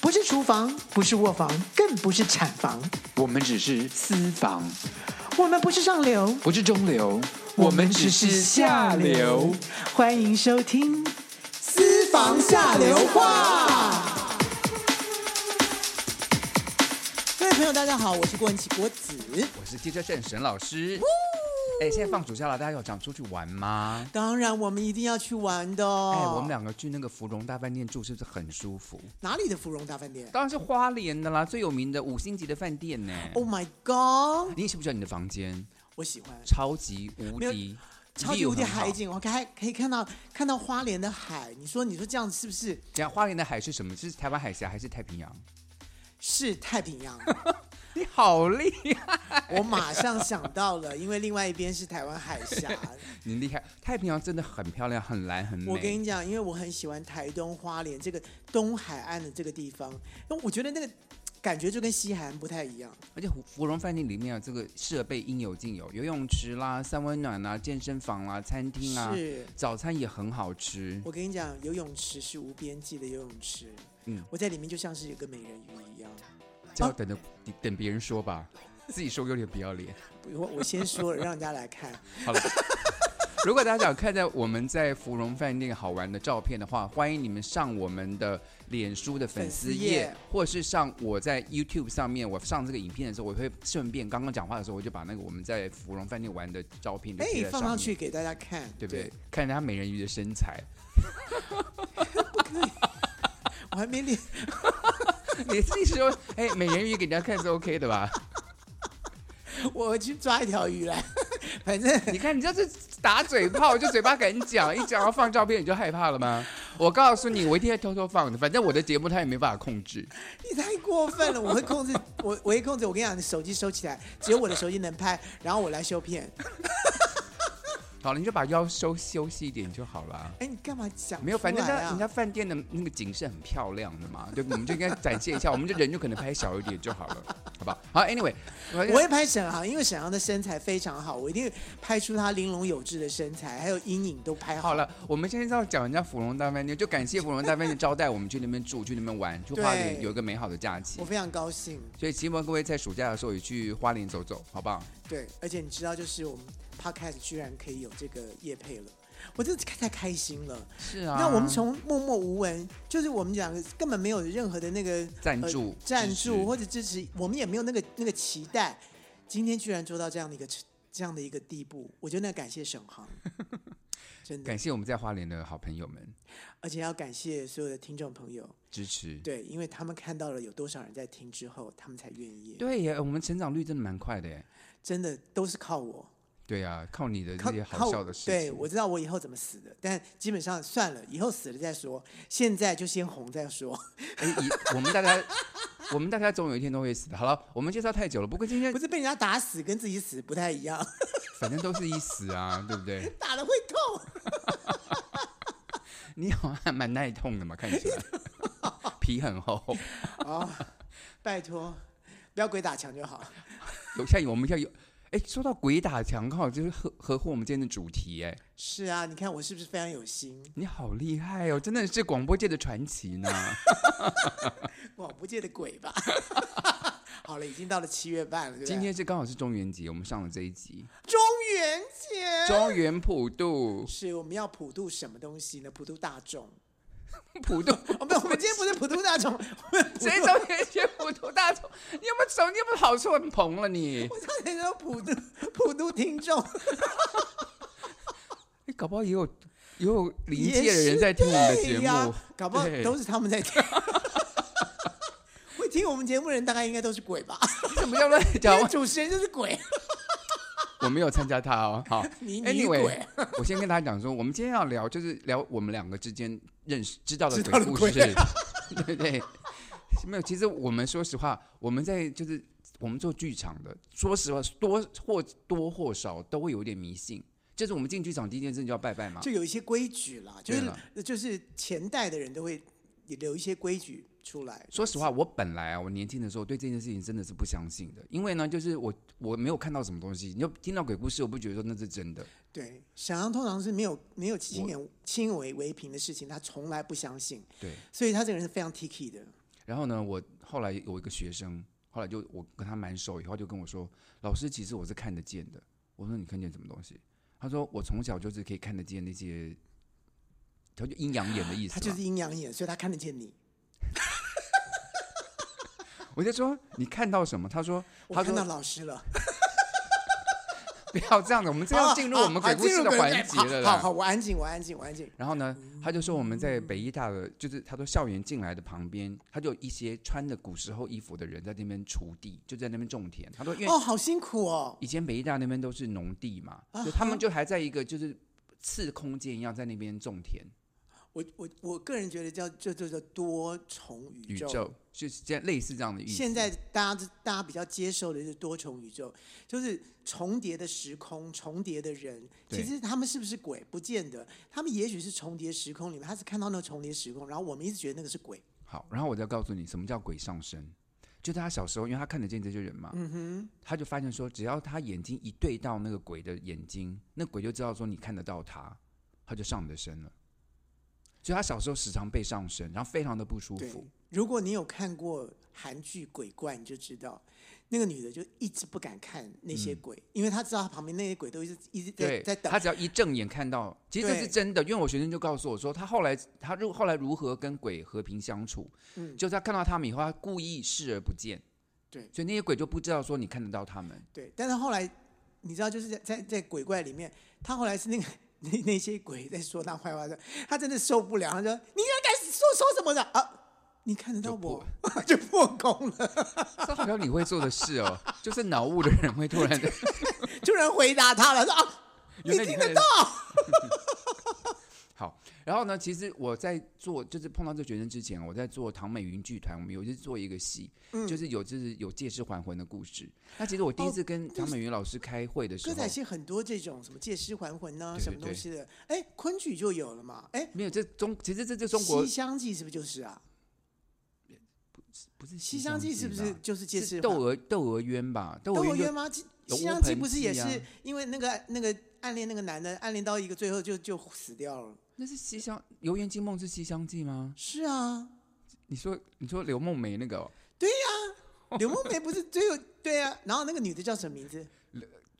不是厨房，不是卧房，更不是产房，我们只是私房，我们不是上流，不是中流，我们只是下流。。欢迎收听《私房下流话》。各位朋友，大家好，我是郭文琪，郭子。我是汽车圣沈老师。哎、现在放暑假了，大家有想出去玩吗？当然，我们一定要去玩的哦。哎、我们两个去那个芙蓉大饭店住，是不是很舒服？哪里的芙蓉大饭店当然是花莲的啦，最有名的五星级的饭店呢。 ？Oh my god！你喜不喜欢你的房间？我喜欢。超级无没有敌，超级无敌 view 很好海。景，我还可以看到看到花莲的海。你说你说这样是不是等一下花莲的海是什么？是台湾海峡还是太平洋？是太平洋？你好厉害，我马上想到了，因为另外一边是台湾海 峡。你厉害！太平洋真的很漂亮，很蓝，很美。我跟你讲，因为我很喜欢台东花莲这个东海岸的这个地方，那我觉得那个感觉就跟西海岸不太一样。而且芙芙蓉饭店里面啊，这个设备应有尽有，游泳池啦、三温暖啦、健身房啦、餐厅啊，是早餐也很好吃。我跟你讲，游泳池是无边际的游泳池，嗯我在里面就像是有个美人鱼一样。就啊要等着、等别人说吧，自己说有点不要脸。我我先 说了，让人家来看。好了。 如果大家想看到我们在芙蓉饭店好玩的照片的话，欢迎你们上我们的脸书的粉丝粉丝页页，或是上我在 YouTube 上面，我上这个影片的时候，我会顺便刚刚讲话的时候，我就把那个我们在芙蓉饭店玩的照片就哎贴，在放面上去，给大家看，对不对？看人家美人鱼的身材，我还没脸， 你自己说，哎，美人鱼给人家看是 OK 的吧？ 我去抓一条鱼来， 反正你看，你这是打嘴炮，就嘴巴敢讲，一讲要放照片你就害怕了吗？我告诉你，我一定会偷偷放的，反正我的节目他也没办法控制。你太过分了，我会控制， 我我会控制。我跟你讲，你手机收起来，只有我的手机能拍，然后我来修 片。好了，你就把腰收休息一点就好了。哎，你干嘛讲出来啊、没有，反正他人家饭店的那个景是很漂亮的嘛，对，我们就应该展现一下，我们这人就可能拍小一点就好了， 好不好？好，anyway，我我会拍沈航，因为沈航的身材非常好，我一定拍出他玲珑有致的身材，还有阴影都拍好好。了，我们现在要讲人家芙蓉大饭店，就感谢芙蓉大饭店招待我们去那边住，去那边玩，去花莲对有一个美好的假期我。非常高兴，所以希望各位在暑假的时候也去花莲走走，好不好？对，而且你知道，就是我们 podcast 居然可以有这个夜配了，我真的太开心了。是啊。那我们从默默无闻，就是我们两个根本没有任何的那个赞助呃赞支助持或者支持，我们也没有那个那个期待，今天居然做到这样的一个这样的一个地步，我真的感谢沈 航，真的感，谢我们在花莲的好朋友们而且要感谢所有的听众朋友，支持。对，因为他们看到了有多少人在听之后，他们才愿意，对呀，我们成长率真的蛮快的耶。真的都是靠我，对呀，靠你的这靠些好靠笑的事情。对，我知道我以后怎么死的，但基本上算了，以后死了再说，现在就先红再 说。哎，以我们大家， 我们大家总有一天都会死的。好了，我们介绍太久了，不过今天不是被人家打死，跟自己死不太一样，反正都是一死啊， 对不对？打了会痛。你好像还蛮耐痛的嘛，看起来皮很厚。哦，拜托，不要鬼打墙就好。有像我们要有，哎，说到鬼打墙，刚好就是合合乎我们今天的主题。哎，是啊，你看我是不是非常有心？你好厉害哦，真 的是广播界的传奇 呢。广播界的鬼吧。 好了，已经到了七月半了，对不对今天是刚好是中元节，我们上了这一集中元节，中元普渡，是我们要普渡什么东西呢？普渡大众。 普渡 哦，没有，我们今天不是普渡大众，我们普谁渡，中元节普渡大众？你有没有手？你有没有跑错棚了你？ 我差点说普渡 普渡听众。欸搞不好也有也有灵界也的人是在听我们的对节呀目，搞不好对都是他们在听。 会听我们节目的人，大概应该都是鬼吧？你怎么要 乱因讲为？主持人就是鬼，我没有参加他哦。好 你你，Anyway，鬼我先跟大家讲说，我们今天要聊就是聊我们两个之间认识知道的知道鬼的故鬼事， 对不对？没有，其实我们说实话，我们在就是我们做剧场的，说实话多或多或少都会有一点迷信。就是我们进剧场第一件事就要拜拜嘛，就有一些规矩啦，就啊对啊是了就是前代的人都会留一些规矩出来。说实话，我本来啊，我年轻的时候对这件事情真的是不相信的，因为呢，就是我我没有看到什么东西，你就听到鬼故事，我不觉得说那是真的。对，沈阳通常是没有没有亲眼亲为为凭的事情，他从来不相信，对，所以他这个人是非常 Tiki 的。然后呢，我后来有一个学生，后来就我跟他蛮熟，以后就跟我说，老师，其实我是看得见的。我说你看见什么东西？他说我从小就是可以看得见那些，他就阴阳眼的意思嘛。他就是阴阳眼，所以他看得见你。我就说你看到什么？他说 我他看到说老师了，不要这样的，我们这样进入哦我 们好鬼故进事入的鬼环节好了好啦。好，我安静，我安静，我安静。然后呢，他就说我们在北医大的，就是他说校园进来的旁边，他就有一些穿着古时候衣服的人在那边锄地，就在那边种田。他说因为哦，好辛苦哦。以前北医大那边都是农地嘛，啊就他们就还在一个就是次空间一样在那边种田。我我我个人觉得叫这这叫多重宇宇宙。宙就是这样类似这样的意思。现在大家大家比较接受的就是多重宇宙，就是重叠的时空、重叠的人。对其实他们是不是鬼？不见得，他们也许是重叠时空里面，他是看到那个重叠时空，然后我们一直觉得那个是鬼。好，然后我再告诉你什么叫鬼上身。就在他小时候，因为他看得见这些人嘛，嗯他就发现说，只要他眼睛一对到那个鬼的眼睛，那鬼就知道说你看得到他，他就上你的身了。所以他小时候时常被上身，然后非常的不舒对服。，如果你有看过韩剧《鬼怪》，你就知道那个女的就一直不敢看那些鬼，因为她知道她旁边那些鬼都一直一直在嗯对，在等他。只要一正眼看到，其实这对是真的，因为我学生就告诉我说，他后来他如后来如何跟鬼和平相处，嗯就是他看到他们以后，他故意视而不见，对所以那些鬼就不知道说你看得到 他们。对，但是后来你知道，就是在在在鬼怪里面，他后来是那个那那些鬼在说他坏话的时候，他真的受不了，他说：“你要敢说说什么的啊？你看得到我， 就破功了，这好像你会做的事哦， 就是脑雾的人会 突然的，突然回答他了，说啊， 原来你听看得到。 好，然后呢，其实我在做，就是碰到这个学生之前，我在做唐美云剧团，我们有一次做一个戏，嗯就是有就是有借尸还魂的故事。那其实我第哦一次跟唐美云老师开会的时歌候，仔戏很多这种什么借尸还魂呐、对什么对东西的，哎，昆曲就有了嘛，哎，没有这中，其实这这中国西厢记》是不是就是啊？不是《《西厢记记》》是不是吧就是借尸是还窦娥窦娥冤吧？窦窦娥就冤吗？其有西乌厢记盆不是也记啊是因为那个那个暗恋那个男的，暗恋到一个最后就就死掉了。那是《西厢》《游园惊梦》是《西厢记》吗？是啊，你说你说刘梦梅那个、哦、柳梦梅不是最后对啊，然后那个女的叫什么名字？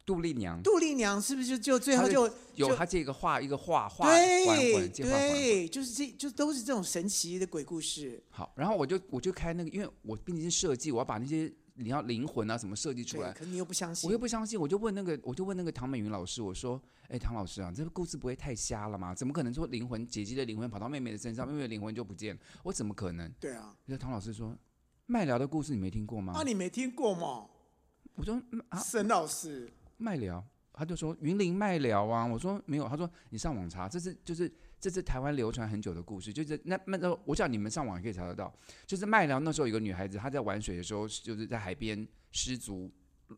杜丽娘，杜丽娘是不是就就最后她就有就她这个画一个画画还对魂，借还魂。对，就是这就都是这种神奇的鬼故事。好，然后我就我就开那个，因为我毕竟是设计，我要把那些你要灵魂啊什么设计出对，来，可是你又不相信我又。不相信，我就问那个我就问那个唐美云老师，我说，哎，唐老师啊，这个故事不会太瞎了吗？怎么可能说灵魂姐姐的灵魂跑到妹妹的身上，妹妹的灵魂就不见了？我怎么可能？对啊，那唐老师说，麦聊的故事你没听过吗？啊，你没听过吗？我说嗯啊，沈老师，麦聊。他就说云林麦聊啊，我说没有，他说你上网查，这是就是这是台湾流传很久的故事，就是那那那我想你们上网也可以查得到，就是麦聊那时候有个女孩子，她在玩水的时候就是在海边失足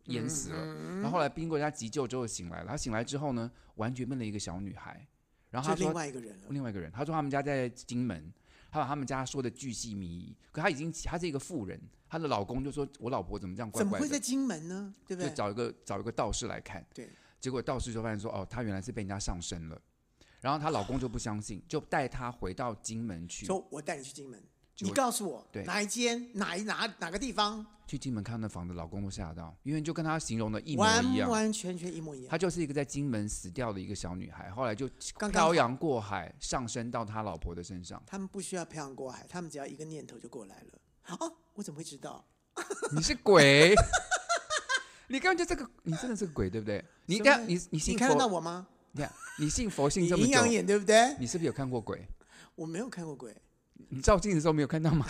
淹嗯死了，然后后来经过人家急救之后醒来了，她醒来之后呢，完全变了一个小女孩，然后就她另说外一个人了。另外一个人，他说他们家在金门，他把他们家说的巨细靡遗，可他已经他是一个富人，她的老公就说我老婆怎么这样怪怎么怪会的在，金门呢？对不就对？找一个找一个道士来看，对，结果道士就发现说，哦，她原来是被人家上身了，然后她老公就不相信，就带她回到金门去，说我带你去金门，结你果告诉我对哪一间、哪一哪哪个地方，去金门看那房子，老公都吓到，因为就跟他形容的一模完一样。完全全一模一样她。就是一个在金门死掉的一个小女孩，后来就刚刚好漂洋过海，上升到她老婆的身上。他们不需要漂洋过海，他们只要一个念头就过来了。哦，我怎么会知道？你是鬼， 你根本就这个，你真的是个鬼，对不对？你应该什么你你信你看得到佛，我吗？你看你信佛信你这么阴阳久，眼对不对？你是不是有看过鬼？我没有看过鬼， 你照镜子的时候没有看到吗？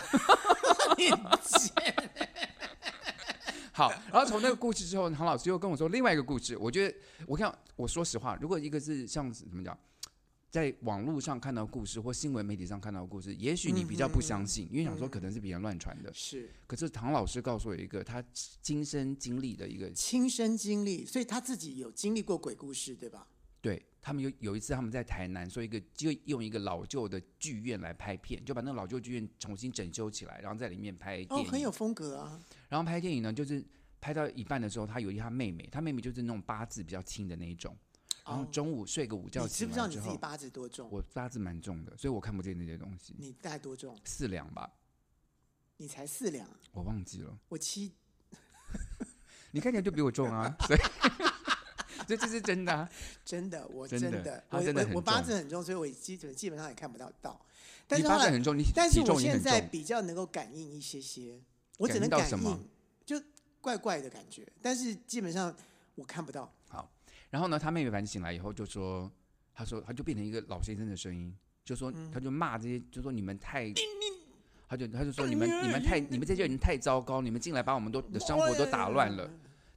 好，然后从那个故事之后，唐老师又跟我说另外一个故事。我觉得，我看我说实话，如果一个是像怎么讲，在网络上看到故事或新闻媒体上看到故事，也许你比较不相嗯信，因为想说可能是别人乱传的。 是可是唐老师告诉我一个他亲身经历的一个亲身经历，所以他自己有经历过鬼故事，对吧？对他们有有一次他们在台南，说一个就用一个老旧的剧院来拍片，就把那个老旧剧院重新整修起来，然后在里面拍电哦，影。很有风格啊。然后拍电影呢，就是拍到一半的时候，他有一个他妹妹，他妹妹就是那种八字比较轻的那一种，然后哦中午睡个午觉你知醒不知道来你之自己后，八字多重？我八字蛮重的，所以我看不见那些东西，你大概多重？四两吧。你才四两，我忘记了，我七，你看起来就比我重啊，所以 所以这是真的、啊。真的，我真真的他真的我很我我八重字很重，所以我基本基本上也看不到到。 但你是后八字来很重，你但是体我重也现很在重，比较能够感应一些些，我只感能应到感什么应，就怪怪的感觉，但是基本上我看不到。然后呢，他妹妹反正醒来以后就说，他说他就变成一个老先生的声音，就说、他就骂这些，就嗯说你们太，他就他就说你们你们太你哎们这些人太糟糕，你们进来把我们都的生活都打乱了。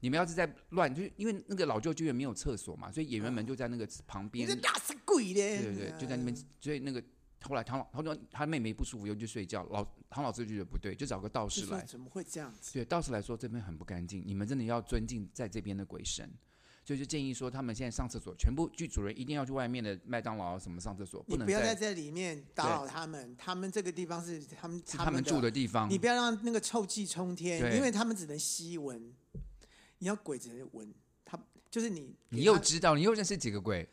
你们要是再乱，就是因为那个老旧剧院没有厕所嘛，所以演员们就啊在那个旁你边这，大死鬼哎嘞！对对对，就在那边。所以那个后来唐老，他说他妹妹不舒服，又去睡觉。老唐老师就觉得不对，就找个道就士说来。怎么会这样子？对，道士来说这边很不干净，你们真的要尊敬在这边的鬼神，所以就建议说，他们现在上厕所，全部剧组人一定要去外面的麦当劳什么上厕所，你能不要在在这里面打扰他们，他们这个地方是他们是他们住的，的地方你。不要让那个臭气冲天，对因为他们只能吸闻，你要鬼只能闻，他就是你，你给又他知道，你又认识几个鬼？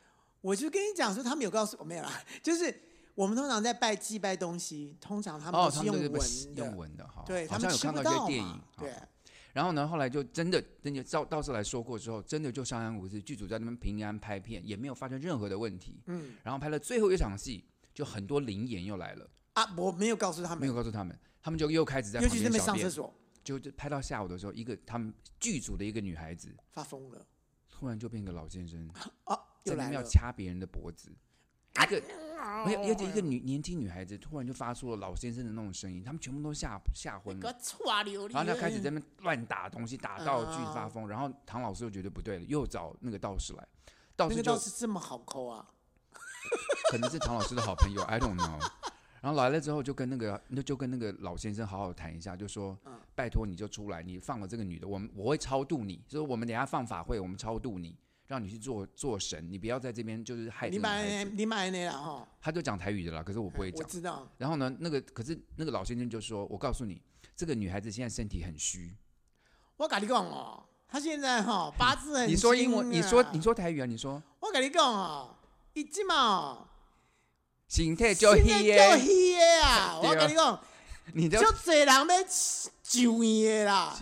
我就跟你讲说，他们有告诉哦我没有啦， 就是我们通常在拜祭拜东西，通常他们哦都，他是们用都闻是的，用闻的哈，对好他像们有吃看不一些到电影嘛，，好对，然后呢，后来就真的真的照道士来说过之后，真的就相安无事，剧组在那边平安拍片，也没有发生任何的问题。嗯然后拍了最后一场戏，就很多灵眼又来了，啊，我没有告诉他没们，有告诉他们，他们就又开始在尤旁其是那边边小上厕便。所就就拍到下午的时候，一个他们剧组的一个女孩子，发疯了，突然就变个老先生，哦，在又那来边要了，啊哦掐别人的脖子。一个，哦没有，而且一个女年轻女孩子突然就发出了老先生的那种声音，他们全部都吓吓昏了。个臭啊流然后他开始在那边乱打东西，打道嗯具发疯。然后唐老师又觉得不对了，又找那个道士来，道那士个哦就道士这么好抠啊，可能是唐老师的好朋友，I don't know。然后来了之后，就跟那个那就跟那个老先生好好谈一下，就说嗯，拜托你就出来，你放了这个女的，我们我会超度你，就是我们等一下放法会，我们超度你，让你去做做神，你不要在这边就是害这你个女买孩那子。你买那了哈，他就讲台语的啦，可是我不会嗯我讲。知道，然后呢，那个可是那个老先生就说，我告诉你，这个女孩子现在身体很虚，我跟你讲哦，他现在 哈八字很，你说英文，你说你，说台语啊，你说。我跟你讲哦，一进嘛，形态就现黑在耶叫，黑的啊， 对啊我跟你讲。你的足侪人要上伊的啦，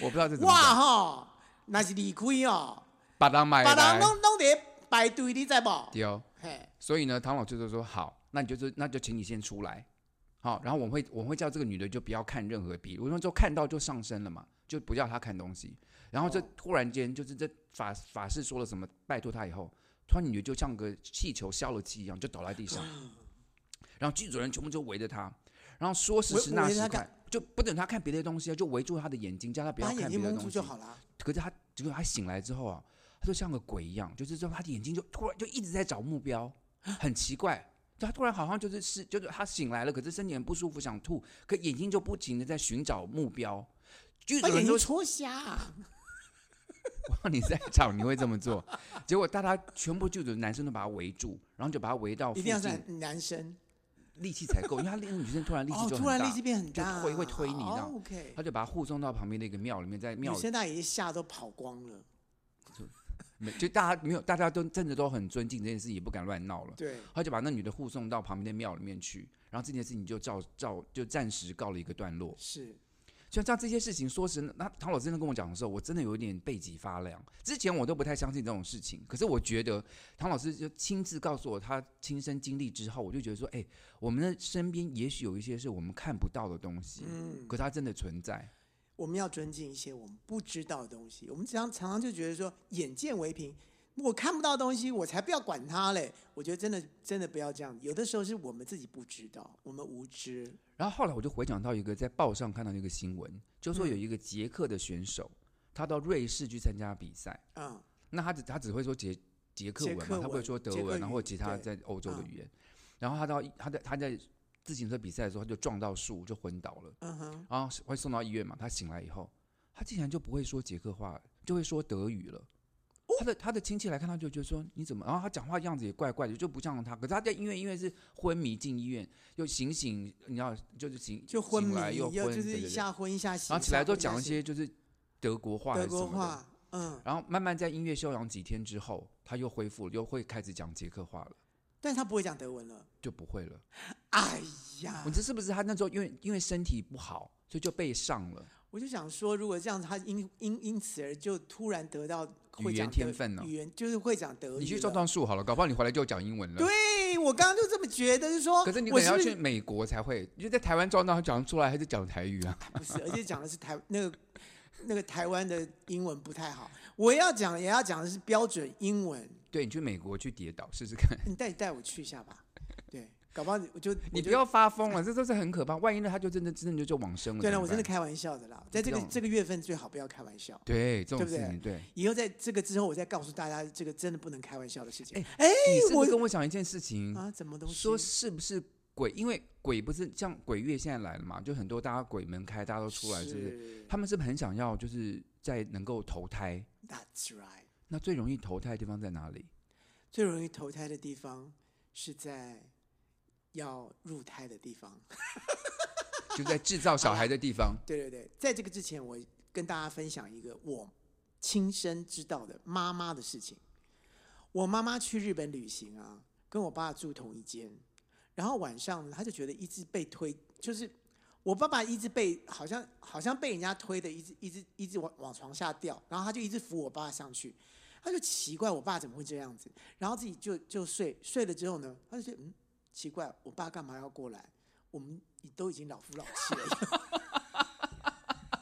我不知道这怎我么讲，吼，若是离开哦，把它买别人来拢拢伫排队，你知无？丢。嘿，所以呢，唐老师就说好，那你就是那就请你先出来，好，然后我会我会叫这个女的就不要看任何笔，我说就看到就上身了嘛，就不要她看东西。然后这哦突然间就是这法法师说了什么，拜托她以后，突然女的就像个气球消了气一样就倒在 地上，然后剧组人全部就围着她，然后说时围迟那围着时她快干。就不等她看别的东西啊，就围住她的眼睛，叫她不要把看眼别睛的蒙东住西就。好啦。可是他，结果他醒来之后啊，他就像个鬼一样，就是说他的眼睛就突然就一直在找目标， 很奇怪。就他突然好像就是是就是他醒来了，可是身体很不舒服，想吐，可眼睛就不停的在寻找目标。剧把组眼人都睛戳瞎啊，说你在场，你会这 么做？结果大家全部剧组的男生都把他围住，然后就把他围到附一定要是近，男男生。力气才够，因为他那个女生突然力气哦，就突很然大，力气变很大，就推会推你这样哦 OK，他就把他护送到旁边的一个庙里面，在庙女里生大爷吓都跑光了。没就大家没有，大家都真的都很尊敬这件事，也不敢乱闹了。对，他就把那女的护送到旁边的庙里面去，然后这件事情就照照就暂时告了一个段落。是像像这些事情，说实，那唐老师真的跟我讲的时候，我真的有一点背脊发凉。之前我都不太相信这种事情，可是我觉得唐老师就亲自告诉我他亲身经历之后，我就觉得说，哎，我们的身边也许有一些是我们看不到的东西，可是它真的存在。我们要尊敬一些我们不知道的东西。我们常常常就觉得说，眼见为凭，我看不到东西，我才不要管它嘞。我觉得真的真的不要这样，有的时候是我们自己不知道，我们无知。然后后来我就回想到一个在报上看到一个新闻，就说有一个捷克的选手，他到瑞士去参加比赛。嗯，那他只他只会说捷捷克文捷嘛，克他不会文说德捷克文，然后语其他在对欧洲的嗯语言。然后他到他在他在自行车比赛的时候，他就撞到树就昏倒了，嗯哼，然后会送到医院嘛。他醒来以后，他竟然就不会说捷克话，就会说德语了。哦他的他的亲戚来看他就觉得说你怎么？然后他讲话样子也怪怪的，就不像他。可是他在医院，因为是昏迷进医院，又醒醒，你知道，就是醒就昏醒迷来，又昏，就对是对一对下昏一下醒，然后起来都讲一一下醒些就是德国话还德是什国么的。话，嗯，然后慢慢在音乐休养几天之后，他又恢复了，又会开始讲捷克话了，但是他不会讲德文了就不会了。哎呀我，这是不是他那时候因为因为身体不好，所以就被上了？我就想说，如果这样子，他因因因此而就突然得到会语讲言德天分哦语言就是会讲德语了。你去种种树好了，搞不好你回来就讲英文了。啊对我刚刚就这么觉得，就是说，可是你可我能是要不去是美国才会，你就在台湾撞到他讲出来，还是讲台语啊？ 不是，而且讲的是台那个那个台湾的英文不太好，我要讲也要讲的是标准英文，对你去美国去跌倒试试看，你带带我去一下吧，对，搞不好你我就你我不就要发疯了，这都是很可怕。万一呢，他就真的真的就就往生了。对怎了，么我真的办开玩笑的啦，在这个不用这个月份最好不要开玩笑，对这对不种事对哎情，对。以后在这个之后我再告诉大家，这个真的不能开玩笑的事情哎哎你是不我是跟我讲一件事情？啊，什么东西？说是不是鬼？因为鬼不是像鬼月现在来了嘛，就很多大家鬼门开，大家都出来，是不是？是他们是不是很想要，就是在能够投胎？ ？That's right，那最容易投胎的地方在哪里？最容易投胎的地方是在要入胎的地方。就在制造小孩的地 方。对对对，在这个之前，我跟大家分享一个我亲身知道的妈妈的事情。我妈妈去日本旅行啊，跟我爸住同一间，然后晚上呢，她就觉得一直被推，就是我爸爸一直被好像好像被人家推的，一直一直一直往往床下掉，然后他就一直扶我爸上去。他就奇怪我爸怎么会这样子，然后自己就就睡睡了之后呢，他就觉得嗯奇怪，我爸干嘛要过来？我们都已经老夫老妻了。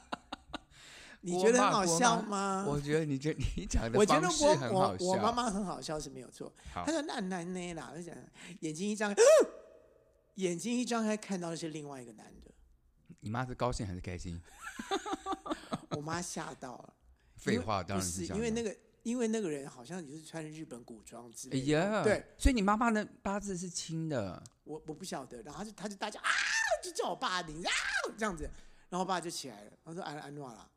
你觉得很好笑吗？我觉得你觉得你讲的啊我觉方得式很我好我我妈笑。妈很好笑是没有错，好她说那男呢啦，就讲眼睛一张开，眼睛一张开看到的是另外一个男的，你妈是高兴还是开心？我妈吓到了。 废话，当然是这样。因为那个因为那个人好像就是穿日本古装之哎类的，呀，对，所以你妈妈的八字是轻的，我我不晓得，然后他就他就大叫啊，就叫我爸的名字啊这样子，然后我爸就起来了，他说安安诺啦，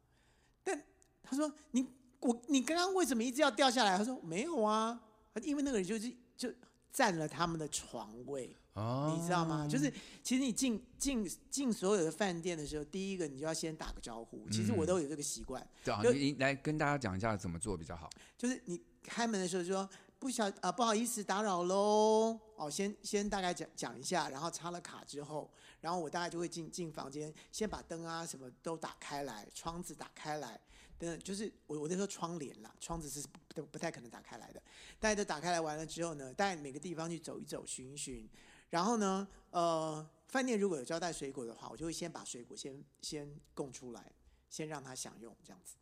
但他说你我你刚刚为什么一直要掉下来？他说没有啊，因为那个人就是就占了他们的床位。哦，你知道吗？就是其实你进进进所有的饭店的时候，第一个你就要先打个招呼。其实我都有这个习惯，对啊，就你你来跟大家讲一下怎么做比较好。就是你开门的时候就说不小啊、不好意思打扰喽，哦，先先大概讲讲一下，然后插了卡之后，然后我大概就会进进房间，先把灯啊什么都打开来，窗子打开来，等等，就是我我那时候窗帘啦，窗子是不不不太可能打开来的，大家都打开来完了之后呢，带每个地方去走一走，寻一寻，然后呢，呃，饭店如果有招待水果的话，我就会先把水果先先供出来，先让他享用这样子。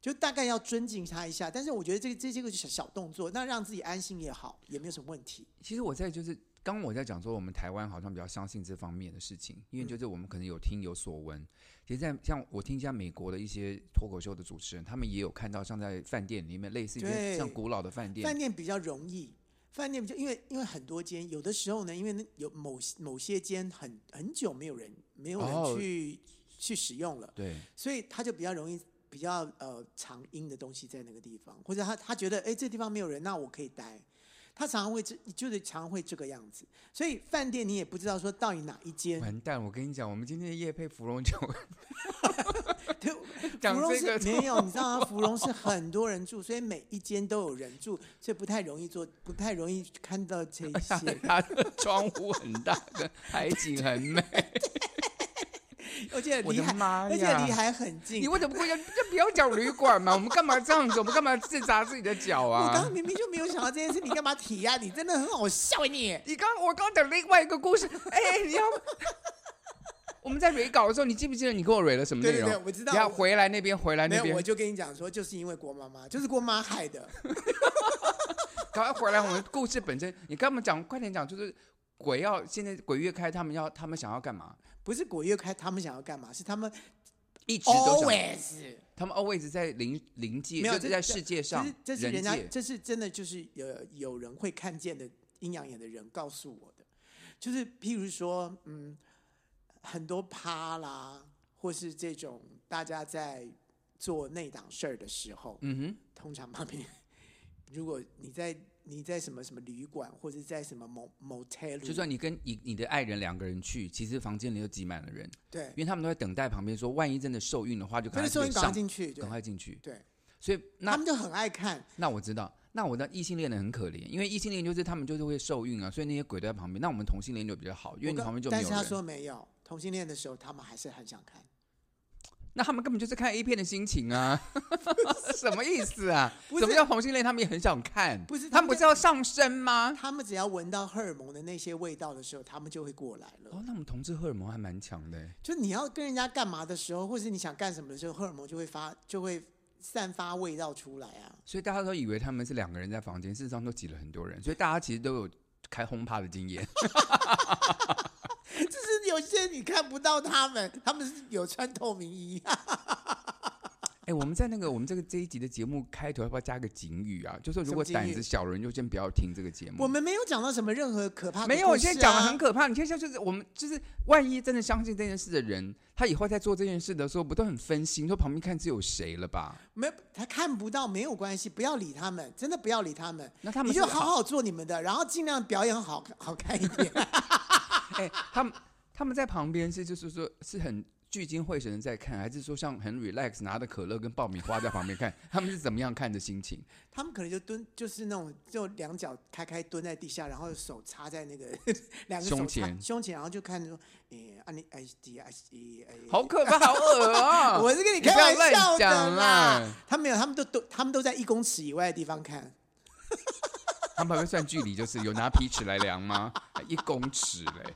就大概要尊敬他一下，但是我觉得这这这个小小动作，那让自己安心也好，也没有什么问题。其实我在就是刚我在讲说，我们台湾好像比较相信这方面的事情，因为嗯就是我们可能有听有所闻。其实在，像我听一下美国的一些脱口秀的主持人，他们也有看到像在饭店里面，类似于对像古老的饭店饭，店比较容易，饭店比较因为因为很多间，有的时候呢，因为那有某某些间很很久没有人没有哦人去、去使用了，对，所以他就比较容易比较呃藏阴的东西在那个地方，或者他他觉得哎这地方没有人，那我可以待。他常常会这就是常常会这个样子，所以饭店你也不知道说到底哪一间，完蛋！我跟你讲，我们今天的夜配芙蓉酒 对， 讲芙蓉这个是没有，你知 道吗？芙蓉是很多人住，所以每一间都有人住，所以不太容易做，不太容易看到这哎一些。它的窗户很大，跟海景很 美。而且我离的海，妈而且离呀！海很近你。为什么不要就不要讲旅馆嘛？我们干嘛这样子？我们干嘛自砸自己的脚我刚啊刚？明明就没有想到这件事，你干嘛提呀、你真的很好笑、欸、你。你刚我刚讲另外一 个故事，哎、你要我们在蕊稿的时候，你记不记得你跟我蕊了什嗯么内容？对对对我知道你要回来那边，回来没那有，边我，就跟你讲说，就是因为郭妈妈，就是郭妈害的。赶快回来。我们故事本身，你跟我们讲，快点讲，就是鬼要现在鬼月开，他们要他们想要干嘛？不是果月开，他们想要干嘛？是他们一直都想， always，他们 always 在灵灵界，没有就这是在世就界上是，这是人家，界。这是真的，就是有有人会看见的阴阳眼的人告诉我的，就是譬如说，嗯，很多趴啦，或是这种大家在做那档事儿的时候，嗯通常旁边，如果你在你在什么什么旅馆或者在什么某某 motel，哼，里就算你跟你你的爱人两个人去，其实房间里又挤满了人，对因，为他们都在等待旁边说，万一真的受孕的话，就真赶快的时候可以你赶快上进去，对赶快进去。对，所以那他们就很爱看，那我知道，那我的异性恋的很可怜，因为异性恋就是他们就是会受孕啊，所以那些鬼都在旁边。那我们同性恋就比较好，因为我你跟旁边就没但有是他人。说没有同性恋的时候，他们还是很想看。那他们根本就是看 A 片的心 情啊， 什么意思啊？不是什么叫同性恋？他们也很想看，不是他他们们不就是要上身吗？他们只要闻到荷尔蒙的那些味道的时候，他们就会过来了。哦，那我们同志荷尔蒙还蛮强的欸。就你要跟人家干嘛的时候，或是你想干什么的时候，荷尔蒙就会发，就会散发味道出来啊。 所以大家都以为他们是两个人在房间，事实上都挤了很多人，所以大家其实都有开轰趴的经验。就是有些你看不到他们，他们是有穿透明啊衣、 哎、我们在那个我们这个这一集的节目开头要不要加个警语啊？就说如果什么警胆语子小的人就先不要听这个节目。我们没有讲到什么任何可怕的、嗯啊没有，我现在讲的很可。可怕。你看，像就是我们就是万一真的相信这件事的人，他以后在做这件事的时候，不都很分心？说旁边看是有谁了吧？没，他看不到没有关系，不要理他们，真的不要理他们。那他们你就是好好做你们的，然后尽量表演好好看一点。哎、他们他们在旁边是就是说是很聚精会神的在看，还是说像很 relax 拿着可乐跟爆米花在旁边看？他们是怎么样看的心情？他们可能就蹲，就是那种就两脚开开蹲在地下，然后手插在那个 两个手插胸前胸前，然后就看着说，诶、啊你哎滴哎滴哎，好可怕，好恶啊！我是跟你你开不要玩乱笑的讲啦啦。他没有，他们都都他们都在一公尺以外的地方看。他们还会算距离，就是有拿皮尺来量吗？一公尺嘞！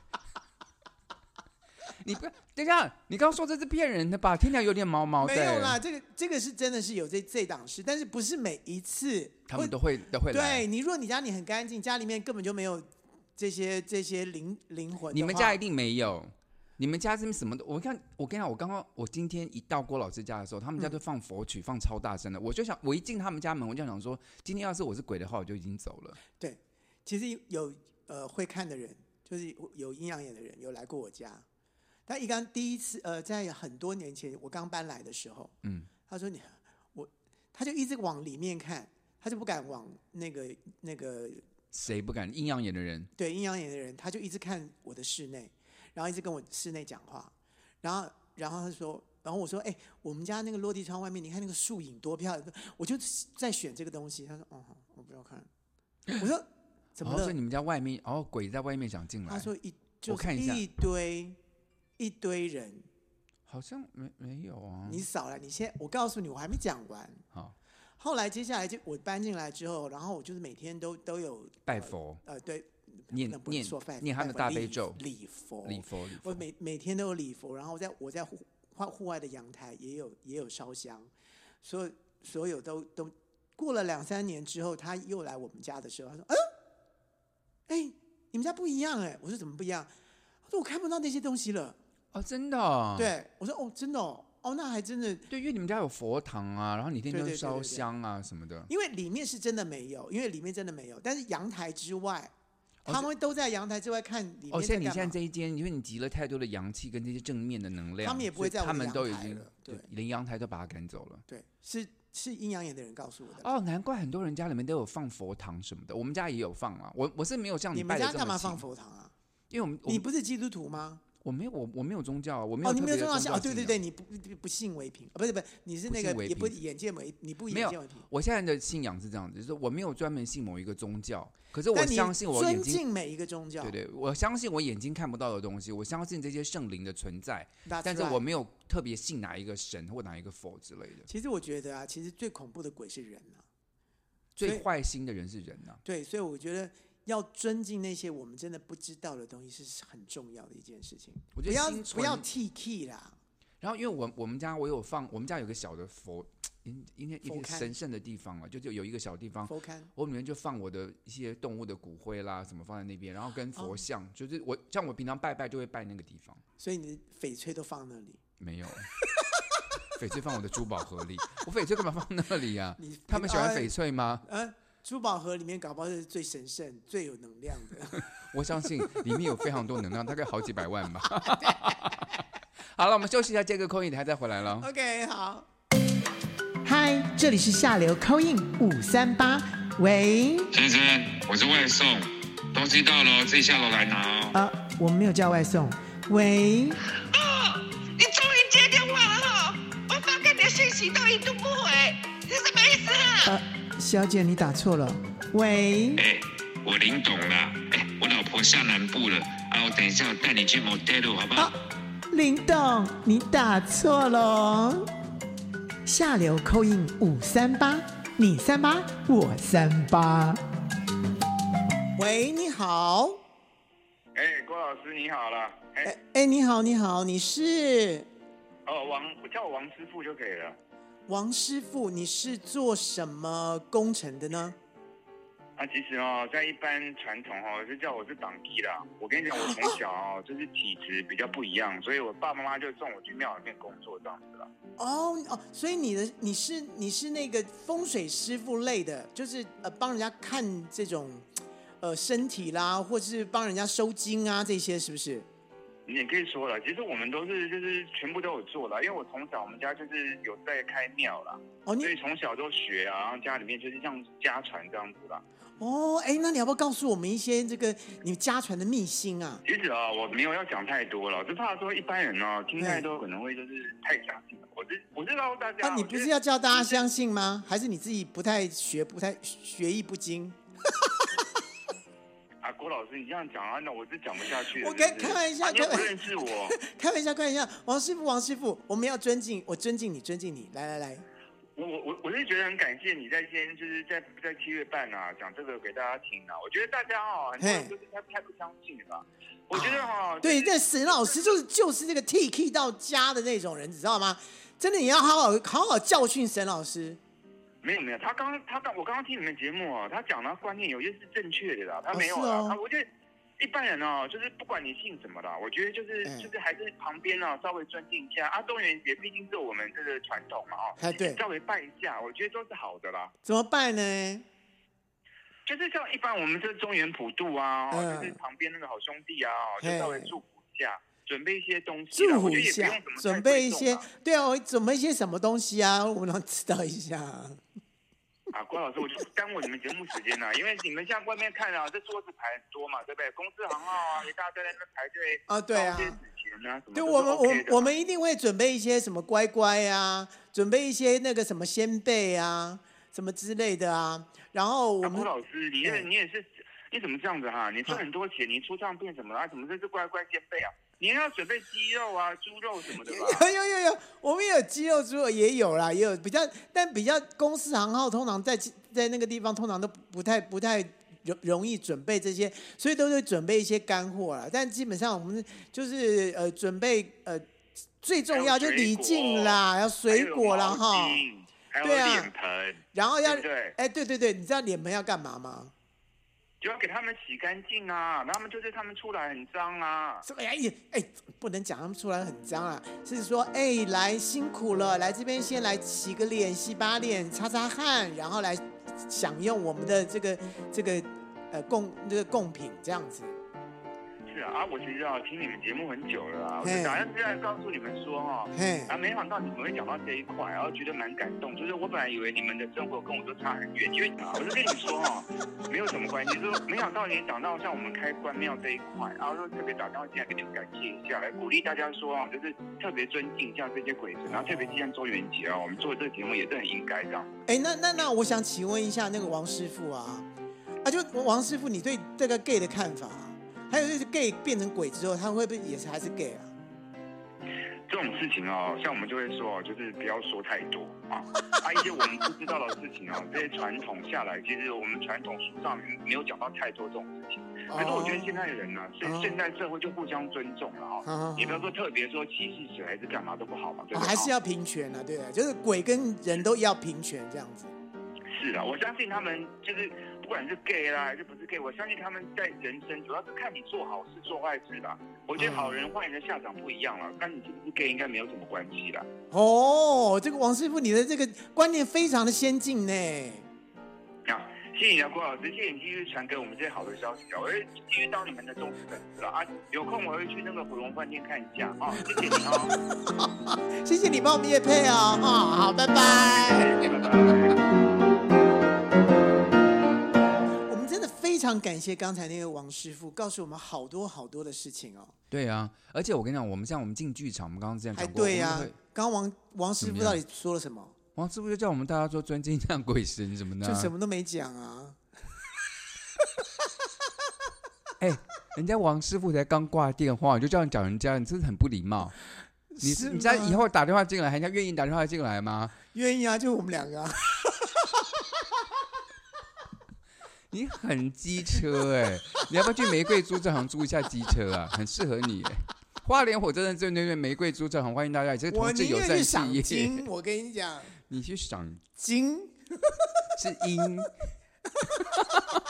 你不要等一下，你刚刚说这是骗人的吧？听起来有点毛毛的。没有啦，，这个这个是真的是有这这档事，但是不是每一次他会们都会都会来。对你，如果你家里很干净，家里面根本就没有这些这些灵灵魂的话，你们家一定没有，你们家是什么的？我看我跟你讲，我刚刚我今天一到郭老师家的时候，他嗯们家就放佛曲，放超大声的。我就想，我一进他们家门，我就想说，今天要是我是鬼的话，我就已经走了。对，其实有呃会看的人，就是有阴阳眼的人有来过我家。他一刚第一次呃，在很多年前我刚搬来的时候，嗯，他说你我，他就一直往里面看，他就不敢往那个那个谁不敢？阴阳眼的人，对阴阳眼的人，他就一直看我的室内，然后一直跟我室内讲话，然后然后他说，然后我说，哎、我们家那个落地窗外面，你看那个树影多漂亮，我就在选这个东西。他说，哦，好我不要看。我说怎么哦所了以？你们家外面哦，鬼在外面想进他来，说一就我是看一下一堆一堆人，好像没没有啊。你少来，你先，我告诉你，我还没讲完。好后来接下来就我搬进来之后，然后我就是每天都都有拜佛。呃对念那不能念说拜念他拜的佛大礼悲咒，礼佛礼佛礼我佛。每每天都有礼佛，然后我在我在户户户外的阳台也有也有烧香，所有所有都都过了两三年之后，他又来我们家的时候，他说：“嗯，哎、你们家不一样哎、我说：“怎么不一样？”他说：“我看不到那些东西了。哦，真的、哦，对，我说：“哦，真的哦，哦，那还真的，对，因为你们家有佛堂啊，然后你天对天对对烧对对香啊什么的，因为里面是真的没有，因为里面真的没有，但是阳台之外，哦他们都在阳台之外看里面哦，所在以你现干在嘛。这一间，因为你集了太多的阳气跟这些正面的能量，他们也不会所以在我他的们阳都已台经了对连阳台都把他赶走了。对，是是阴阳眼的人告诉我的。哦，难怪很多人家里面都有放佛堂什么的，我们家也有放啊。我我是没有像你们拜的家这干么嘛勤放，佛堂啊？因为我们我你们不是基督徒吗？我没有我我没有宗教啊，我没有哦，你特没有别的宗宗教信教哦，对信对对，仰你不不不信为凭，啊不是不是，你是不那信个为也不凭眼见为，你不没眼有见为凭，我现在的信仰是这样子，就是我没有专门信某一个宗教，可是我但你相信我眼尊睛敬每一个宗教，对对，我相信我眼睛看不到的东西，我相信这些圣灵的存在， That's 但是我 right 没有特别信哪一个神或哪一个佛之类的。其实我觉得啊，其实最恐怖的鬼是人啊，所以最坏心的人是人呐、啊对，所以我觉得要尊敬那些我们真的不知道的东西是很重要的一件事情，我觉不得要心不要存。 T K 啦，然后因为我我们家我有放，我们家有个小的佛，应应该一佛个龛神圣的地方了，啊就就有一个小地方。佛龛我里面就放我的一些动物的骨灰啦，什么放在那边，然后跟佛哦像，就是我像我平常拜拜就会拜那个地方，所以你的翡翠都放那里，没有翡翠放我的珠宝盒里，我翡翠干嘛放那里 呀、你他们喜欢呃翡翠吗？呃，珠宝盒里面搞不好是最神圣、最有能量的。我相信里面有非常多能量，大概好几百万吧。 好了，我们休息一下，接个空音，等一下再回来了。 OK，好。嗨，这里是下流 Coin 五三八，喂，先生，我是外送，东西到了哦自己下楼来拿哦。呃，我们没有叫外送，喂，哦，你终于接电话了哈、我发给你的信息都一度不回，你什么意思啊？呃，小姐你打错了，喂，哎、我林董啦，哎、我老婆下南部了，啊，我等一下我带你去 motel 好不好？啊，林董你打错了哦，下流扣印五三八，你三八我三八。喂，你好，哎、郭老师你好啦，哎、哎哎，你好你好，你是哦，王，我叫我王师傅就可以了。王师傅，你是做什么工程的呢？啊，其实哦，在一般传统哦，就叫我是党弟啦。我跟你讲，我从小哦，就是体质比较不一样，所以我爸爸妈妈就送我去庙里面工作这样子啦。哦哦，所以你的你是你是那个风水师傅类的，就是呃帮人家看这种呃身体啦，或是帮人家收金啊这些，是不是？你也可以说了，其实我们都是就是全部都有做啦，因为我从小我们家就是有在开庙啦，哦，你所以从小都学啊，然后家里面就是像家传这样子啦。哦，哎，那你要不要告诉我们一些这个你家传的秘辛啊？其实啊，我没有要讲太多了，我就怕说一般人哦听太多可能会就是太相信了。我是我是告诉大嗯家，啊，你我不觉得是要叫大家相信吗？还是你自己不太学，不太学艺不精？啊，郭老师，你这样讲啊，那我是讲不下去了。我跟是不是开玩笑啊你又开不玩认 识我，开玩笑，开玩笑，王师傅，王师傅，我们要尊敬，我尊敬你，尊敬你，来来来，我我我我是觉得很感谢你在先就是在在七月半啊讲这个给大家听啊，我觉得大家哦很多人就是太太不相信了吧，我觉得哈、哦啊对，那沈老师就是就是那个 T K 到家的那种人，你知道吗？真的，你要好好好好教训沈老师。没有没有，他刚他刚我刚刚听你们节目哦，他讲的观念有些是正确的啦，他没有啦，哦是哦啊，我觉得。一般人哦，就是不管你姓什么啦，我觉得就是、嗯就是还是旁边啊稍微尊敬一下啊，中元节毕竟是我们这个传统嘛哦，哎，对，稍微拜一下，我觉得都是好的啦。怎么办呢？就是像一般我们这中原普渡啊，嗯哦，就是旁边那个好兄弟啊，哦，嘿就稍微祝福一下，准备一些东西祝啦，我福觉得一也不用下怎么，太准备一贵重些啊，对啊，我准备一些什么东西啊？我们能知道一下。啊，郭老师，我就耽误你们节目时间了，因为你们像外面看啊，这桌子排很多嘛，对不对？公司行号啊，一大堆在那边排队啊对啊烧些纸钱啊，什对么都我是们， OK 的我我们一定会准备一些什么乖乖啊，准备一些那个什么鲜贝啊，什么之类的啊。然后我啊，郭们 老师，你也嗯你也是，你怎么这样子哈、你赚很多钱，你出唱片什么啊？怎么这是乖乖先备啊？你要准备鸡肉啊、猪肉什么的吧？ 有有有有，我们也有鸡肉猪肉也有啦，也有比较，但比较公司行号通常在在那个地方通常都不不太不太容容易准备这些，所以都会准备一些干货啦。但基本上我们就是呃准备呃最重要还有就水礼敬果啦，要水果啦了哈，还有对啊脸盆，然后要对不对哎对对对，你知道脸盆要干嘛吗？就要给他们洗干净啊！他们就是他们出来很脏啊。什么哎呀哎，不能讲他们出来很脏啊，是说哎来辛苦了，来这边先来洗个脸、洗把脸、擦擦汗，然后来享用我们的这个这个呃贡这个贡品这样子。是啊，啊，我其实啊听你们节目很久了啊，我嘿就打算是来告诉你们说哈、嘿，啊，没想到你们会讲到这一块，然后觉得蛮感动。就是我本来以为你们的生活跟我都差很远，因为啊我就跟你说哈、 没有什么关系，就是没想到你讲到像我们开关庙这一块，然后就特别打电话进来给你们感谢一下，来鼓励大家说啊，就是特别尊敬一下这些鬼神，然后特别纪念周元节啊，我们做这个节目也是很应该这样。哎那那那我想请问一下那个王师傅啊，啊就王师傅你对这个 gay 的看法、啊，还有就是 gay 变成鬼之后，他会不会也是还是 gay 啊？这种事情哦，像我们就会说，哦，就是不要说太多 啊，啊，一些我们不知道的事情哦，这些传统下来，其实我们传统书上没有讲到太多这种事情。可是我觉得现在的人呢、现、哦现在社会就互相尊重了啊、哦你不要说特别说歧视谁还是干嘛都不好嘛，对哦不对？还是啊要平权啊，对不对？就是鬼跟人都要平权这样子。是啊，我相信他们就是不管是 gay 啦还是不是 gay，我相信他们在人生主要是看你做好事做坏事啦。我觉得好哦人坏人的下场不一样了，但你是不是 gay 应该没有什么关系啦。哦，这个王师傅，你的这个观念非常的先进呢。啊，谢谢你啊，郭老师，谢谢你继续传给我们这些好的消息啊！我会继续当你们的忠实粉丝啊！啊，有空我会去那个虎龙饭店看一下啊！谢谢你哦，谢谢你帮我们夜配哦，哈、好，拜拜。哎拜拜。我们真的非常感谢刚才那位王师傅，告诉我们好多好多的事情哦。对啊，而且我跟你讲，我们像我们进剧场，我们刚刚之前还讲过，哎对呀、啊我们会刚刚王王师怎傅么样到底说了什么？王师傅就叫我们大家说尊敬一下鬼神什么的啊、就什么都没讲啊。哎、人家王师傅才刚挂电话，你就这样讲人家，你真的很不礼貌。你是你家以吗后打电话进来，人家愿意打电话进来吗？愿意啊，就我们两个 啊。你很机车哎、你要不要去玫瑰租车行租一下机车啊？很适合你、欸。花莲火车站正对面玫瑰租车行，欢迎大家，这是我同志宁友愿去善赏企业。金，我跟你讲， 你去赏金是鹰，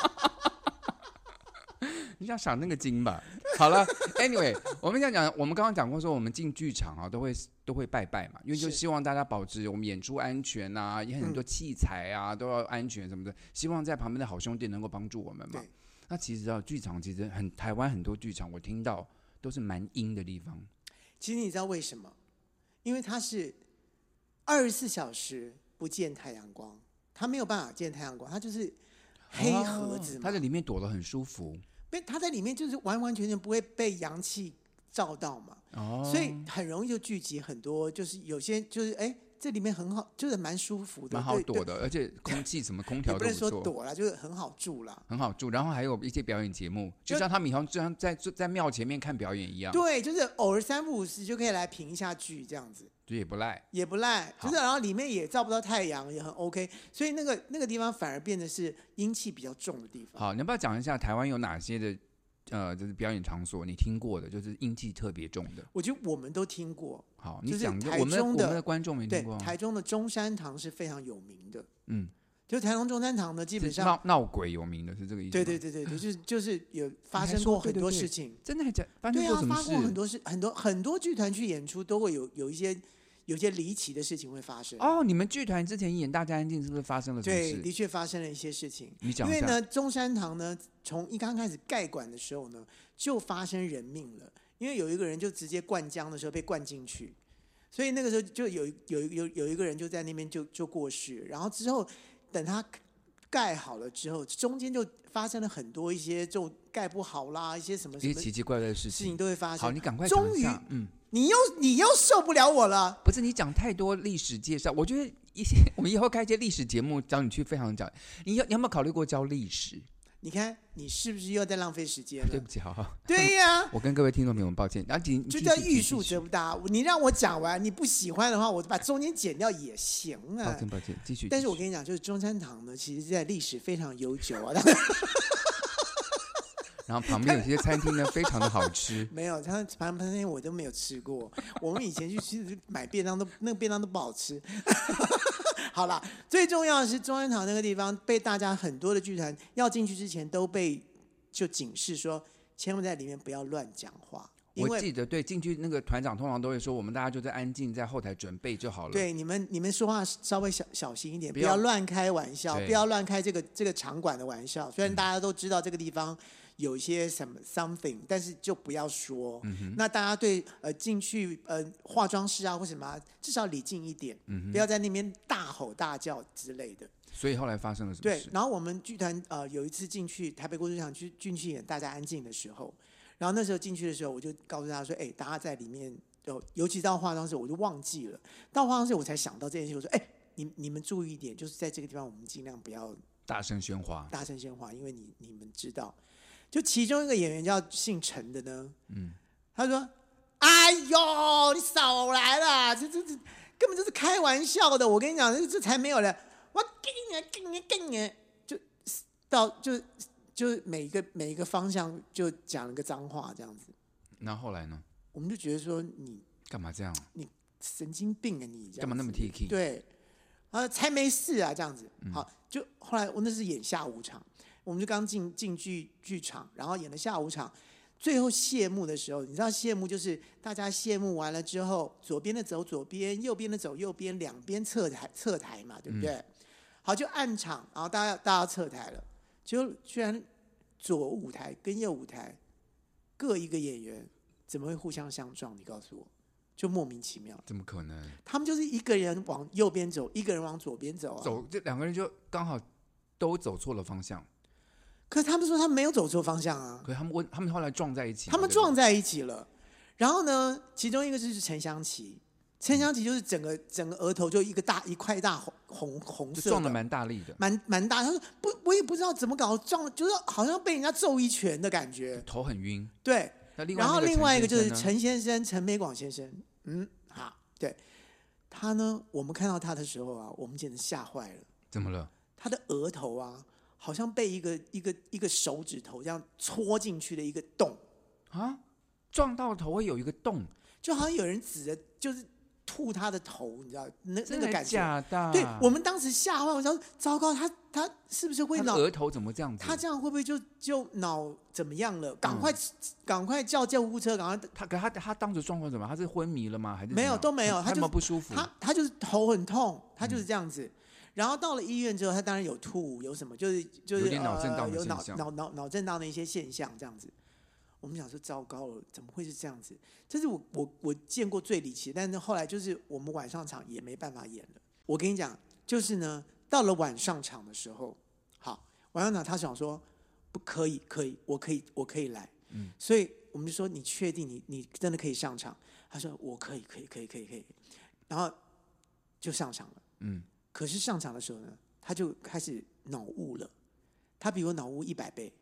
你想赏那个金吧？好了，Anyway，我们想讲，我们刚刚讲过说，我们进剧场啊，都会都会拜拜嘛，因为就是希望大家保持我们演出安全呐、也很多器材嗯啊、都要安全什么的，希望在旁边的好兄弟能够帮助我们嘛对。那其实啊，剧场其实很台湾很多剧场，我听到都是蛮阴的地方，其实你知道为什么？因为它是二十四小时不见太阳光，它没有办法见太阳光，它就是黑盒子哦嘛。它在里面躲得很舒服被它在里面就是完完全全不会被阳气照到嘛，哦，所以很容易就聚集很多，就是有些就是哎，这里面很好，就是蛮舒服的，蛮好对对躲的，而且空气什么空调也不都能不说错。啊躲啦，就是很好住啦。很好住，然后还有一些表演节目，就就像他们以后就像在在庙前面看表演一样，对，就是偶尔三不五时就可以来评一下剧这样子。这也不赖。也不赖，好就是然后里面也照不到太阳，也很 OK，所以那个那个地方反而变得是阴气比较重的地方。好，你要不要讲一下台湾有哪些的呃，就是表演场所你听过的，就是阴气特别重的？我觉得我们都听过，好，你就是讲一个台我们中我的们的观众没对听过，，啊台中的中山堂是非常有名的，嗯，就台中中山堂呢，基基本上闹闹鬼有名的是这个意思。对对，对 对对，就是就是有发还生说过对很对多对事情，真的还假？发生对过啊，什么发事？过很多事，很多很多剧团去演出都会有有一些有一些离奇的事情会发生。哦，你们剧团之前演《大家安静》是不是发生了什么对，的事？确发生了一些事情。你讲因一为下呢，中山堂呢，从一刚开始盖馆的时候呢，就发生人命了。因为有一个人就直接灌浆的时候被灌进去，所以那个时候就有有有有一个人就在那边就就过世。然后之后等他盖好了之后，中间就发生了很多一些就盖不好啦，一些什么什一些么奇事奇怪怪的事情情。都会发好，生。你赶快终讲一下于。嗯，你又你又受不了我了。不是你讲太多历史介绍，我觉得一些 我们以后开一些历史节目，找你去非常讲。你有你有没有考虑过教历史？你看，你是不是又在浪费时间对了不？起，好，对呀、我跟各位听众朋友们抱歉。然后你就叫艺欲速则不达。你让我讲完，你不喜欢的话，我把中间剪掉也行抱啊歉。抱歉，继续。但是继我续跟你讲，就是中山堂呢，其实在历史非常悠久啊。。然后旁边有些餐厅呢，非常的好吃没有，他反正那些我都没有吃过。我们以前去吃买便当都那个便当都不好吃。 好啦，最重要的是中山堂那个地方被大家很多的剧团要进去之前都被就警示说，千万在里面不要乱讲话， 因我记为得对进去那个团长通常都会说，我们大家就在安静在后台准备就好了。，对你们，你们说话稍微小小心一点，不不要要乱开玩笑，对嗯不要乱开这个这个场馆的玩笑。虽然大家都知道这个地方有一些什么 something，但是就不要说。嗯那大家对呃进去呃化妆师啊或什么啊，至少礼敬一点，嗯不要在那边大吼大叫之类的。所以后来发生了什么对事，？然后我们剧团呃有一次进去台北国际剧场去进去演《大家安静》的时候，然后那时候进去的时候，我就告诉他说：“哎，大家在里面，就尤其到化妆室，我就忘记了。到化妆室我才想到这件事，我说：哎，你你们注意一点，就是在这个地方，我们尽量不要大声喧哗。大声喧哗，因为你你们知道，就其中一个演员叫姓陈的呢，嗯，他说：“哎呦，你少来了，这这这根本就是开玩笑的，我跟你讲，这这才没有了，我给你给你给你，就到就就每一个每一个方向就讲了个脏话这样子，然后后来呢？我们就觉得说你干嘛这样？神经病啊你，这样干嘛那么嗯子 T K？，对，啊，才没事啊，这样子。好，就后来我那是演下午场，我们就刚进进剧剧场，然后演了下午场，最后谢幕的时候，你知道谢幕就是大家谢幕完了之后，左边的走左边，右边的走右边，两边侧台侧台嘛，对不对？嗯好，就暗场，然后大家大家侧台了，结果居然左舞台跟右舞台各一个演员，怎么会互相相撞？你告诉我，就莫名其妙。怎么可能？他们就是一个人往右边走，一个人往左边走啊。走，这两个人就刚好都走错了方向。可是他们说他们没有走错方向啊，可是他们问，他们后来撞在一起嘛。他们对不对撞在一起了。然后呢，其中一个就是陈香琪，喷香旗就是整个整个额头就一个大一块大红红红就色撞的的蛮大力的，蛮蛮大，他说不，我也不知道怎么搞，撞就是好像被人家揍一拳的感觉。头很晕。对，那另外然后那另外一个就是陈先生陈先生，呢陈美广先生，嗯，好，对他呢，我们看到他的时候啊，我们简直吓坏了，怎么了？他的额头啊，好像被一个一个一个手指头这样戳进去的一个洞，啊，撞到头会有一个洞，就好像有人指着就是吐他的头，你知道那那真个的感觉。假的？对我们当时吓坏，我想说糟糕，他他是不是会他的脑额头怎么这样子？他这样会不会就就脑怎么样了？嗯赶快、赶快叫救护车，赶快他可他他当时状况怎么样？他是昏迷了吗？还是没有怎样都没有他他就有没有是不舒服？他他就是头很痛，他就是这样子。然后到了医院之后，他当然有吐，有什么就是就是有点脑震荡呃、的有脑现象脑脑脑震荡的一些现象这样子。我们想说糟糕了，怎么会是这样子？这是我我我见过最离奇，但是后来就是我们晚上场也没办法演了。我跟你讲，就是呢，到了晚上场的时候，好，晚上场他想说不可以，可以，我可以，我可以来，嗯，所以我们就说你确定你你真的可以上场？他说我可以，可以，可以，可以，可以，然后就上场了。嗯，可是上场的时候呢，他就开始脑雾了，他比我脑雾一百倍，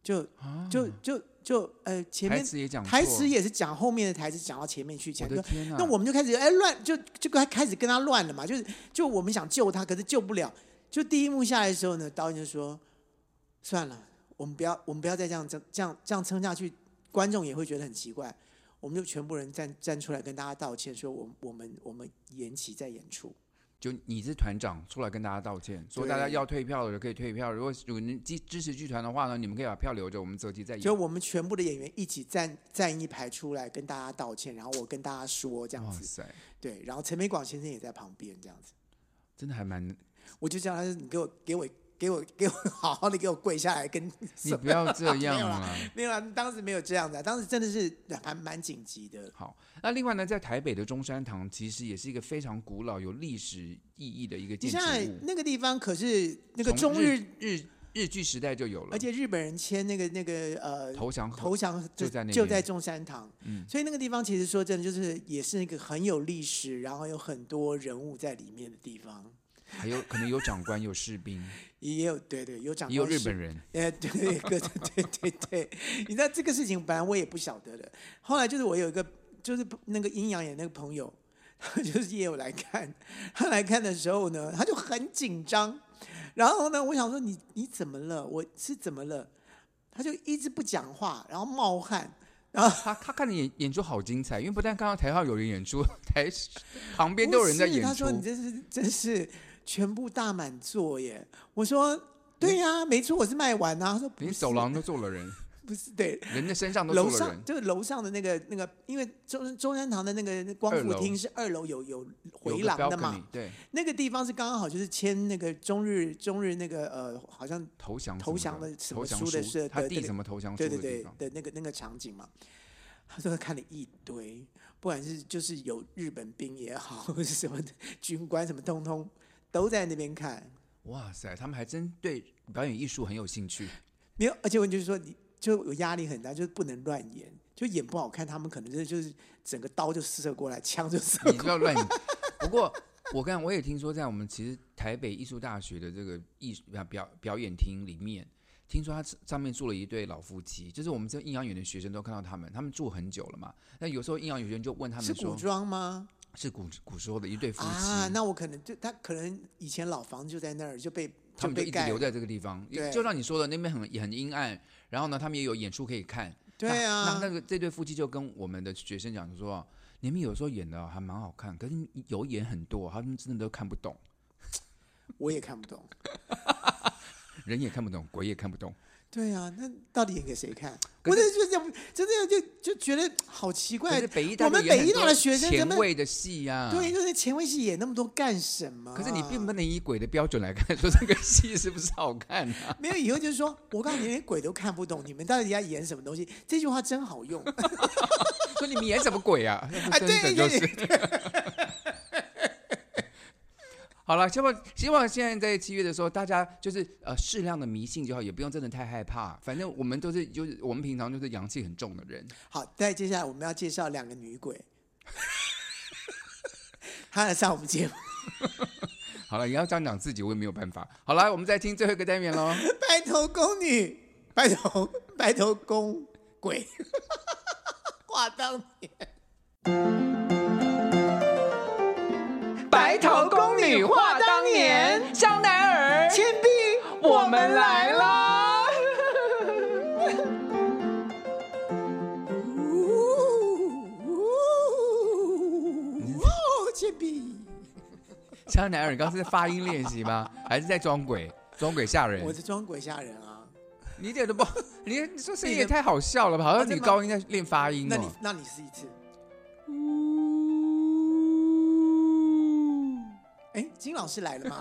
就啊就就就呃前台面词也讲错台词也是讲后面的台词讲到前面去，前我面的说天哪！那我们就开始哎乱就就开开始跟他乱了嘛，就是就我们想救他，可是救不了。就第一幕下来的时候呢，导演就说算了，我们不要我们不要再这样这这样这样撑下去，观众也会觉得很奇怪。我们就全部人站站出来跟大家道歉，说我们我们我们延期再演出。就你是团长出来跟大家道歉，说大家对要退票的可以退票，如果有人支支持剧团的话呢，你们可以把票留着，我们择期再演。就我们全部的演员一起站站一排出来跟大家道歉，然后我跟大家说这样哇子，塞，对，然后陈美广先生也在旁边这样子，真的还蛮……我就叫他说你给我给我给我给我 好好的给我跪下来跟你不要这 没有样啦啊！没有啦，当时没有这样的、当时真的是还蛮紧急的，好，那另外呢，在台北的中山堂其实也是一个非常古老、有历史意义的一个你建筑想想物，那个地方可是那个从中日日，日日据时代就有了，而且日本人签那个那个呃投降和投降就在那就边嗯在中山堂，所以那个地方其实说真的就是也是一个很有历史，然后有很多人物在里面的地方。还有可能有长官、有士兵，也有对对 有长也有官日是本，人。呃对各对对对，你知道这个事情本来我也不晓得的，后来就是我有一个就是那个阴阳眼那个朋友，他就是也有来看，他来看的时候呢，他就很紧张，然后呢，我想说你你怎么了？我是怎么了？他就一直不讲话，然后冒汗，然后他他看的演演出好精彩，因为不但看到台上有人演出，台 旁边都有人在不是演他出说。你这是真是全部大满座耶！我说对呀、没错，我是卖完啊。他说不连是，走廊都坐了人，不是对，人的身上都楼坐了上人。就是楼上的那个那个，因为中中山堂的那个光二复楼厅是二楼有有有回个廊的 balcony，嘛，对，那个地方是刚好就是签那个中日中日那个呃，好像投降投什降么的的什投么降书的是他对递对什么投降书对的对地对方，的那个那个场景嘛。他说他看了一堆，不管是就是有日本兵也好，或是什么的军官什么，通通都在那边看。哇塞，他们还真对表演艺术很有兴趣。没有，而且我就是说，你就有压力很大，就是不能乱演，就演不好看，他们可能真的就是整个刀就射过来，枪就射你 不要乱演。不过我刚我也听说，在我们其实台北艺术大学的这个艺术啊表表表演厅里面，听说它上面住了一对老夫妻，就是我们这阴阳眼的学生都看到他们，他们住很久了嘛。那有时候阴阳眼学生就问他是们古说，装吗？是古古时候的一对夫妻，啊，那我可能就他可能以前老房子就在那儿，就被他们就被一直盖留在这个地方对，就像你说的，那边很也很阴暗，然后呢，他们也有演出可以看。对那啊，那那个这对夫妻就跟我们的学生讲说，你们有时候演的哦还蛮好看，可是有演很多，他们真的都看不懂，我也看不懂。人也看不懂，鬼也看不懂。对啊，那到底演给谁看？可我是真的就这样，真的就就觉得好奇可怪是。北医大我们就演北医很大多的学生前怎么卫的戏呀、对，。就是前卫戏演那么多干什么？啊可是你并不能以鬼的标准来看，说这个戏是不是好看 啊？没有以后就是说，我告诉你，连鬼都看不懂，你们到底要演什么东西？ 这句话真好用 说你们演什么鬼啊？啊！那不对真对的就对是。好了，希望希望现在在七月的时候，大家就是呃适量的迷信就好，也不用真的太害怕。反正我们都是就是我们平常就是阳气很重的人。 好，再接下来我们要介绍两个女鬼。他来上我们节目，好了，也要这样讲自己，我也没有办法。好了，我们再听最后一个单元喽。白头宫女，白头白头宫鬼，话当年。白头宫女话当年，香奈儿、倩碧，我们来啦！哦，倩碧，香奈儿，你刚刚是在发音练习吗？还是在装鬼？装鬼吓人我！是装鬼吓人啊！你一点都不，你你说声音也太好笑了吧？好像女高音在练发音那你哦。那你试一次。哎，金老师来了吗？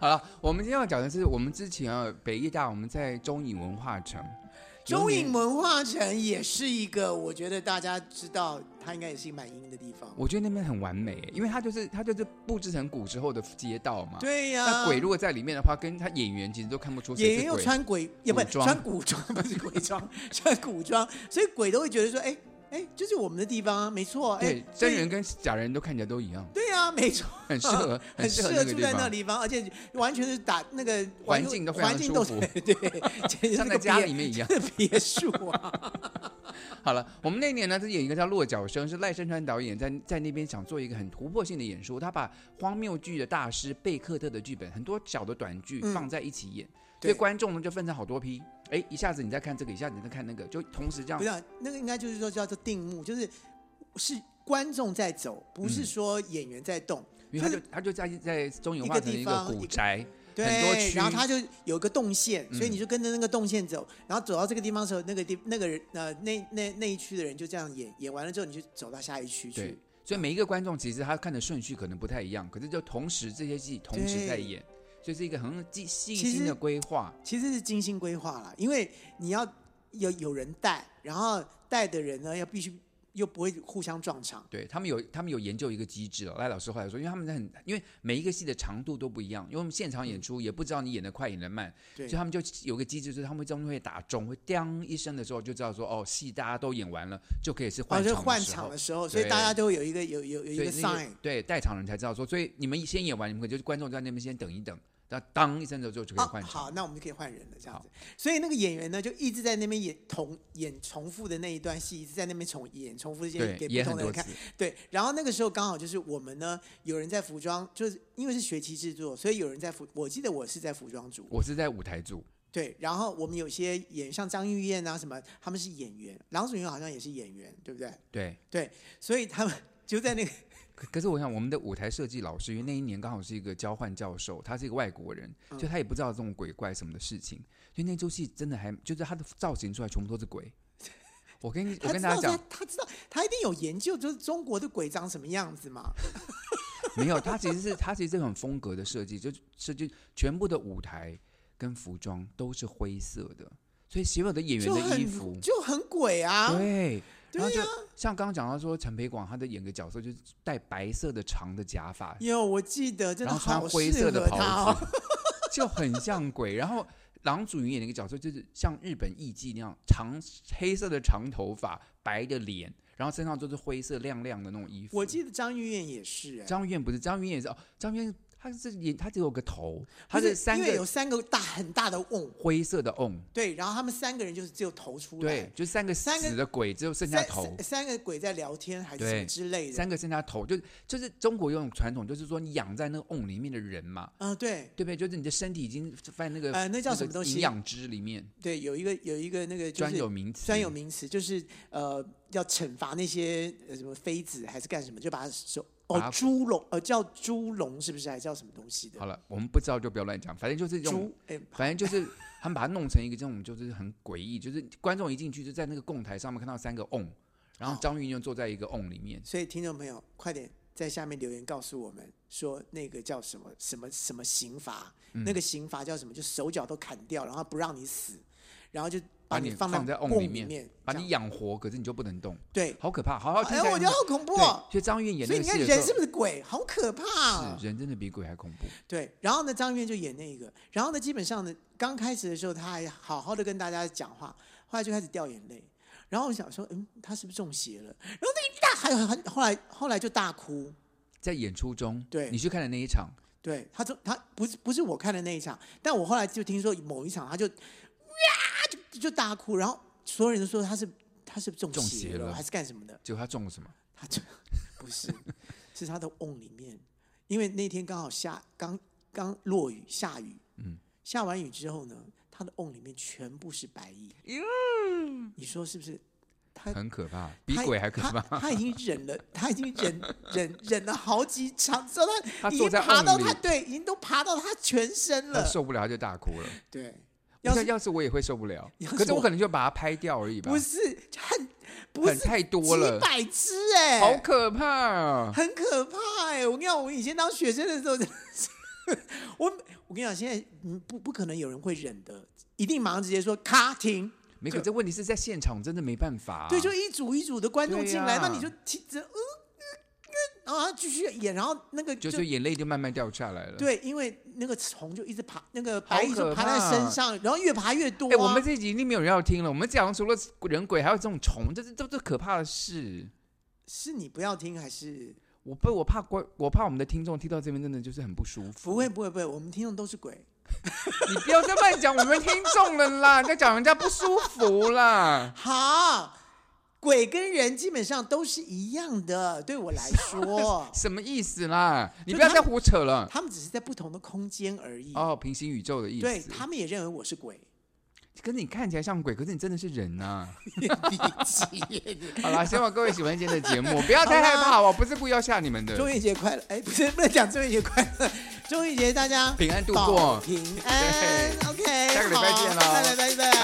好了，我们今天要讲的是，我们之前啊，北艺大我们在中影文化城，中影文化城也是一个，我觉得大家知道，它应该也是一个蛮阴的地方。我觉得那边很完美，因为它就是它就是布置成古时候的街道嘛。对啊呀、那鬼如果在里面的话，跟他演员其实都看不出演谁员是又鬼。穿鬼，也不古装穿古装， 不是鬼装，穿古装，所以鬼都会觉得说，哎哎，就是我们的地方啊，没错。哎对，，真人跟假人都看起来都一样，对啊，没错， 很适合，很适适合合那个住地在那方。地方，而且完全是打那个环境都非常环境都舒服对， 简直是像个在家别里面一 样是别墅啊。好了，我们那年呢，他演一个叫《落脚声》，是赖声川导演在在那边想做一个很突破性的演出，他把荒谬剧的大师贝克特的剧本，很多小的短剧嗯放在一起演，所对以观众呢就分成好多批，哎，一下子你在看这个，一下子你在看那个，就同时这样不是。啊那个应该就是说叫做定目，就是是观众在走，不是说演员在动。嗯因为他就他就在在中影一化个成地一个方古一个宅，很多对，区然后他就有一个动线，所以嗯你就跟着那个动线走，然后走到这个地方的时候，那个地那个人呃那那那一区的人就这样演，演完了之后你就走到下一区对去。，所以每一个观众其实他看的顺序可能不太一样，可是就同时这些戏同时在对演，所以是一个很细细其心的实规划。其实是精心规划啦，因为你要有有人带，然后带的人呢要必须又不会互相撞场。对他们有他们有研究一个机制哦，赖老师后来说，因为他们很因为每一个戏的长度都不一样，因为我们现场演出也不知道你演的快演的慢，嗯对所以他们就有个机制，就是他们中间会打钟，会当一声的时候就知道说哦，戏大家都演完了，就可以是哦，换就场换的时场候的。时候，所以对大家都会有一个有有有一所以个那 sign 个。对带场人才知道说，所以你们先演完，你们可能就是观众在那边先等一等，然后当一声的时候就可以换场。哦好，那我们就可以换人了，这样子。所以那个演员呢，就一直在那边演同演重复的那一段戏，一直在那边重演重复这些对，给也不很同的多人次看。。对，然后那个时候刚好就是我们呢，有人在服装，就是因为是学期制作，所以有人在服。我记得我是在服装组，我是在舞台组，对。然后我们有些演员，像张玉燕啊什么，他们是演员，郎祖筠好像也是演员，对不对？对。对，所以他们 就在那个可可是我想，我们的舞台设计老师，因为那一年刚好是一个交换教授，他是一个外国人，嗯就他也不知道这种鬼怪什么的事情，所以那出戏真的还就是他的造型出来全部都是 鬼。我跟你我他跟知大道家他讲，他知道他一定有研究，就是中国的鬼长什么样子嘛。没有，他其实是他其实是很风格的设计，就设计全部的舞台跟服装都是灰色的，所以所有的演员就的衣很服，就很鬼啊，对，对啊然后就像刚刚讲到说陈培广他的演个角色就是戴白色的长的假发，有我记得真然的后穿好灰适色的合他袍哦 子，，就很像鬼。然后郎祖筠演那个角色就是像日本艺妓那样，长黑色的长头发，白的脸，然后身上都是灰色亮亮的那种衣服。我记得张玉燕也是、哎，张玉燕不是张玉燕也是哦，张玉燕她是演她只有个头，她不是是三因为有个三个大很大的瓮，灰色的瓮，对，然后他们三个人就是只有头出来，对，就三个三个死的鬼，只有剩下三头。三三个鬼在聊天还是对什么之类的，三个剩下头，就就是中国有种传统，就是说你养在那个瓮里面的人嘛，嗯、对对不对？就是你的身体已经在那个呃那叫什个么东营西养汁里面，对，有一个有一个那个就是专有名词，专有名词，就是呃要惩罚那些呃什么妃子还是干什么，就把他手把哦他猪笼呃叫猪笼是不是还叫什么东西的好了，我们不知道就不要乱讲，反正就是这种猪，哎、 反正就是他们把它弄成一个这种，就是很诡异，就是观众一进去就在那个供台上面看到三个瓮，然后哦张云就坐在一个瓮里面，所以听众朋友，快点在下面留言告诉我们说那个叫什么什么什么刑罚，嗯那个刑罚叫什么？就手脚都砍掉，然后不让你死，然后就把哦你你放放在瓮瓮里面，把这你样养活，可是你就不能动，对。好可怕，好好听哎起来呀，我觉得好恐怖哦。对所以张云演所那以个你看戏的时人候，是不是鬼？好可怕啊、是人真的比鬼还恐怖，对，然后呢，张玉燕就演那个，然后呢，基本上呢，刚开始的时候他还好好的跟大家讲话，后来就开始掉眼泪，然后我想说，嗯，他是不是中邪了？然后那个大大还有很后来后来就大哭，在演出中，对你去看的那一场，对，他说他不是不是我看的那一场，但我后来就听说某一场他就呀就就大哭，然后所有人都说他是他是不是中中邪了了还是干什么的，结果他中了什么？他就不是 是他的瓮里面，因为那天刚好下刚刚落雨下雨，嗯，下完雨之后呢，他的瓮里面全部是白蚁，你说是不是？他很可怕，比他鬼还可他 怕。他已经忍了，他已经 忍忍忍了好几场之后，他他已坐经在爬瓮到里他对，已经都爬到他全身他了。受不了，他就大哭了。对，要要是是要是我也会受不了，要可是是我我可能就把它拍掉而已吧不。是很不很是太多了几百只哎、好可怕啊！很可怕哎、我跟你讲，我以前当学生的时候真的是，我我跟你讲，现在嗯不不可能有人会忍的，一定马上直接说卡停。没可这问题是在现场真的没办法啊。对，就一组一组的观众对进来，呀那你就提着嗯嗯嗯，然后他继续演，然后那个就是眼泪就慢慢掉下来了。，对，因为那个虫就一直爬，那个白蚁就可爬在身怕上，然后越爬越多、啊。哎，我们这集已经没有人要听了。我们讲除了人鬼，还有这种虫，这是这这可怕的事。是你不要听还是我不，我怕鬼，我怕我们的听众听到这边真的就是很不舒服。不会，不会不会，我们听众都是鬼。 你不要再乱讲我们听众了 啦，再讲人家不舒服啦。，好，鬼跟人基本上都是一样的，对我来说 什么意思啦？你就不要他再胡扯了。他们只是在不同的空间而已。哦，平行宇宙的意思。对他们也认为我是 鬼，可是你看起来像鬼，可是你真的是人 呐、你好啦，希望各位喜欢今天的节 目，不要太害怕，好不好？不是故意要吓你们的。中元节快乐！哎，不是，不能讲中元节快 乐，中元节大家平安度过保平安。OK，下个礼拜好见咯拜拜拜拜。